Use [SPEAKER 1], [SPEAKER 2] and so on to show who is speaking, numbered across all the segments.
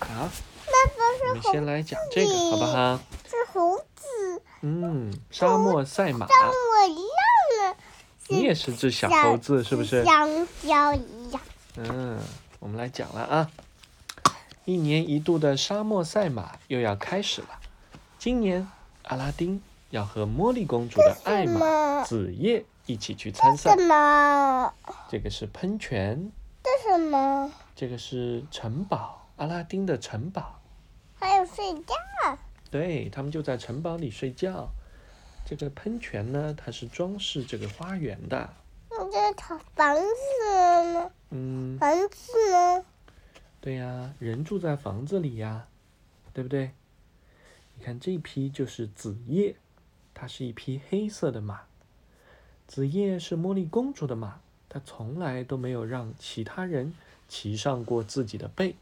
[SPEAKER 1] 啊，
[SPEAKER 2] 那不
[SPEAKER 1] 我
[SPEAKER 2] 是
[SPEAKER 1] 们
[SPEAKER 2] 猴，
[SPEAKER 1] 先来讲这个好不好？
[SPEAKER 2] 是猴子
[SPEAKER 1] 嗯，沙漠赛马，
[SPEAKER 2] 让我亮了，
[SPEAKER 1] 你也
[SPEAKER 2] 是
[SPEAKER 1] 是只小猴子是不是？
[SPEAKER 2] 香蕉一样。
[SPEAKER 1] 嗯，我们来讲了啊，一年一度的沙漠赛马又要开始了。今年阿拉丁要和茉莉公主的爱
[SPEAKER 2] 什
[SPEAKER 1] 马
[SPEAKER 2] 么？
[SPEAKER 1] 子夜一起去参赛
[SPEAKER 2] 什。么？
[SPEAKER 1] 这个是喷泉，
[SPEAKER 2] 这什么？
[SPEAKER 1] 这个是城堡，阿拉丁的城堡。
[SPEAKER 2] 还有睡觉。
[SPEAKER 1] 对他们就在城堡里睡觉。这个喷泉呢，它是装饰这个花园的。
[SPEAKER 2] 那这套房子呢？
[SPEAKER 1] 嗯，
[SPEAKER 2] 房子呢？
[SPEAKER 1] 对呀、人住在房子里呀、对不对？你看这一匹就是子夜，它是一匹黑色的马。子夜是茉莉公主的马，它从来都没有让其他人骑上过自己的背。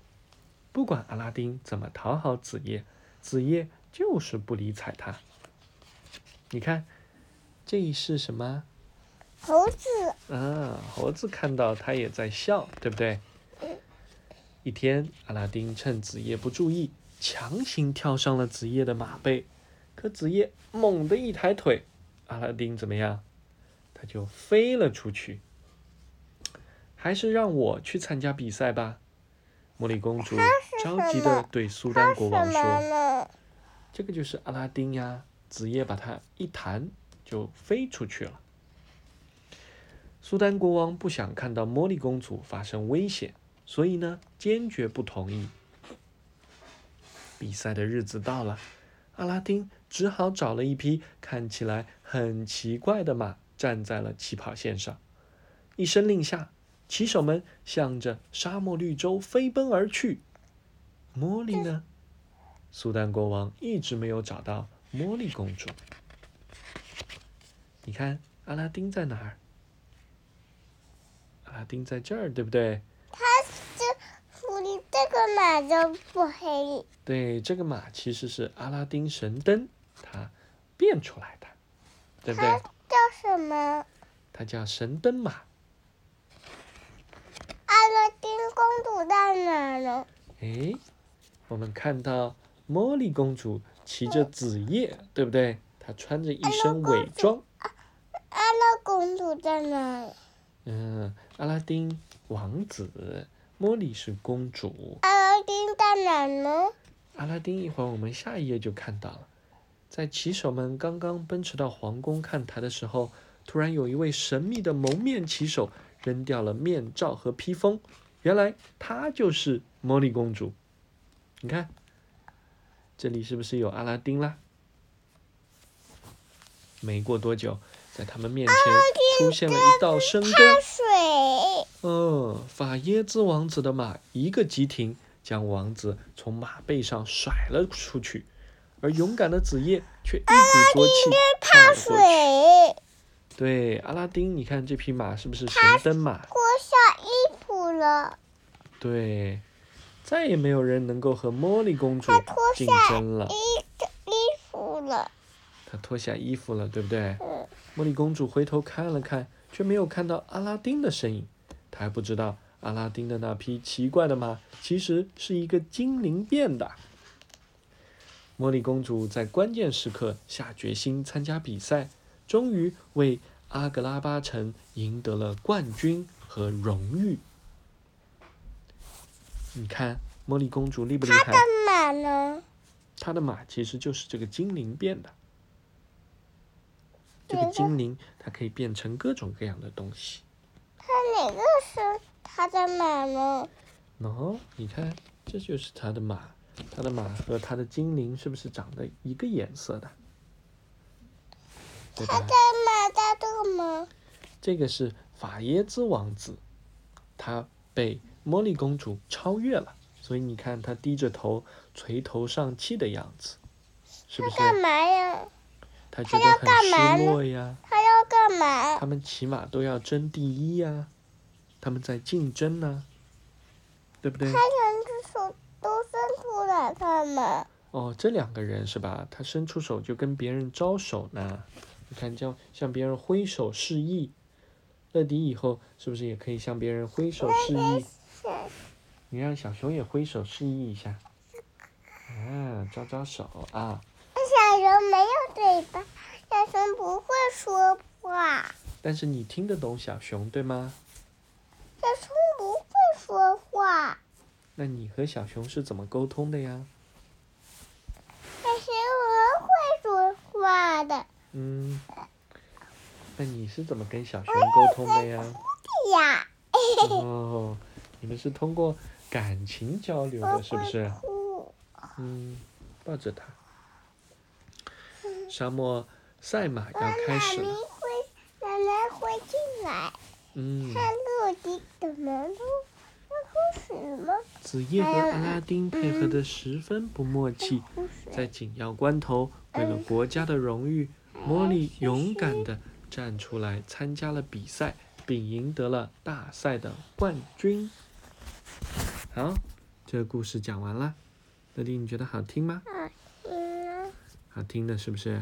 [SPEAKER 1] 不管阿拉丁怎么讨好子夜，子夜就是不理睬他。你看，这是什么？
[SPEAKER 2] 猴子
[SPEAKER 1] 啊，猴子看到他也在笑，对不对？一天，阿拉丁趁子夜不注意，强行跳上了子夜的马背。可子夜猛地一抬腿，阿拉丁怎么样？他就飞了出去。还是让我去参加比赛吧，茉莉公主着急地对苏丹国
[SPEAKER 2] 什
[SPEAKER 1] 王
[SPEAKER 2] 么
[SPEAKER 1] 说
[SPEAKER 2] 呢？：“
[SPEAKER 1] 这个就是阿拉丁呀！”子夜把它一弹，就飞出去了。苏丹国王不想看到茉莉公主发生危险，所以呢，坚决不同意。比赛的日子到了，阿拉丁只好找了一匹看起来很奇怪的马，站在了起跑线上。一声令下，骑手们向着沙漠绿洲飞奔而去。茉莉呢？苏丹国王一直没有找到茉莉公主。你看，阿拉丁在哪儿？阿拉丁在这儿，对不对？
[SPEAKER 2] 狐狸这个马就不黑，
[SPEAKER 1] 对，这个马其实是阿拉丁神灯，它变出来的，对不对？
[SPEAKER 2] 叫什么？
[SPEAKER 1] 它叫神灯马。
[SPEAKER 2] 阿拉丁公主在哪呢？
[SPEAKER 1] 诶，我们看到茉莉公主骑着紫叶，对不对？她穿着一身伪装。
[SPEAKER 2] 阿拉公主在哪？
[SPEAKER 1] 嗯，阿拉丁王子，茉莉是公主。
[SPEAKER 2] 阿拉丁在哪呢？
[SPEAKER 1] 阿拉丁一会儿我们下一页就看到了，在骑手们刚刚奔驰到皇宫看台的时候，突然有一位神秘的蒙面骑手扔掉了面罩和披风，原来她就是茉莉公主。你看，这里是不是有阿拉丁啦？没过多久，在他们面前出现了一道深沟。
[SPEAKER 2] 水，
[SPEAKER 1] 嗯，法耶兹王子的马一个急停，将王子从马背上甩了出去，而勇敢的子夜却一鼓作气跨
[SPEAKER 2] 怕
[SPEAKER 1] 了
[SPEAKER 2] 水
[SPEAKER 1] 过。去。对，阿拉丁，你看这匹马是不是神灯马？
[SPEAKER 2] 脱下衣服了，
[SPEAKER 1] 对，再也没有人能够和茉莉公主
[SPEAKER 2] 他脱
[SPEAKER 1] 竞
[SPEAKER 2] 下
[SPEAKER 1] 争了。
[SPEAKER 2] 衣衣服了。
[SPEAKER 1] 她脱下衣服了，对不对？
[SPEAKER 2] 嗯，
[SPEAKER 1] 茉莉公主回头看了看，却没有看到阿拉丁的身影。她还不知道，阿拉丁的那匹奇怪的马其实是一个精灵变的。茉莉公主在关键时刻下决心参加比赛，终于为阿格拉巴城赢得了冠军和荣誉。你看，茉莉公主厉不厉害？
[SPEAKER 2] 干嘛呢？
[SPEAKER 1] 他的马其实就是这个精灵变的。这
[SPEAKER 2] 啊
[SPEAKER 1] 个精灵它可以变成各种各样的东西。
[SPEAKER 2] 他哪个是他的马呢？
[SPEAKER 1] 喏，你看，这就是他的马，他的马和他的精灵是不是长得一个颜色的？对
[SPEAKER 2] 他
[SPEAKER 1] 吧
[SPEAKER 2] 的？马在这吗？
[SPEAKER 1] 这个是法耶兹王子，他被茉莉公主超越了，所以你看他低着头、垂头丧气的样子，是
[SPEAKER 2] 他
[SPEAKER 1] 不是？
[SPEAKER 2] 干嘛呀？
[SPEAKER 1] 他觉得
[SPEAKER 2] 要干嘛
[SPEAKER 1] 很失
[SPEAKER 2] 呢
[SPEAKER 1] 落呀。
[SPEAKER 2] 他要干嘛？
[SPEAKER 1] 他们起码都要争第一呀、他们在竞争呢、对不对
[SPEAKER 2] 他？两只手都伸出来干嘛？
[SPEAKER 1] 哦，这两个人是吧？他伸出手就跟别人招手呢，你看，这样向别人挥手示意。乐迪以后是不是也可以向别人挥手示意？
[SPEAKER 2] 想
[SPEAKER 1] 你让小熊也挥手示意一下，嗯，招招手啊。
[SPEAKER 2] 小熊没有嘴巴，小熊不会说话，
[SPEAKER 1] 但是你听得懂小熊对吗？
[SPEAKER 2] 小熊不会说话。
[SPEAKER 1] 那你和小熊是怎么沟通的呀？
[SPEAKER 2] 但是我会说话的哎
[SPEAKER 1] 嗯，那你是怎么跟小熊沟通的呀？
[SPEAKER 2] 呀，
[SPEAKER 1] 哦，你们是通过感情交流
[SPEAKER 2] 我
[SPEAKER 1] 的，是不
[SPEAKER 2] 会
[SPEAKER 1] 是？
[SPEAKER 2] 哭。
[SPEAKER 1] 嗯，抱着它。沙漠赛马要开始
[SPEAKER 2] 妈妈
[SPEAKER 1] 了。
[SPEAKER 2] 会，奶奶会进来
[SPEAKER 1] 嗯，
[SPEAKER 2] 看露迪怎么录，要哭死吗？
[SPEAKER 1] 子夜和阿拉丁配合的十分不默契，
[SPEAKER 2] 哭死。
[SPEAKER 1] 在紧要关头，为了国家的荣誉，茉莉勇敢地站出来参加了比赛，并赢得了大赛的冠军。好，这个故事讲完了。乐迪，你觉得好听吗？
[SPEAKER 2] 嗯。
[SPEAKER 1] 好听的，是不是？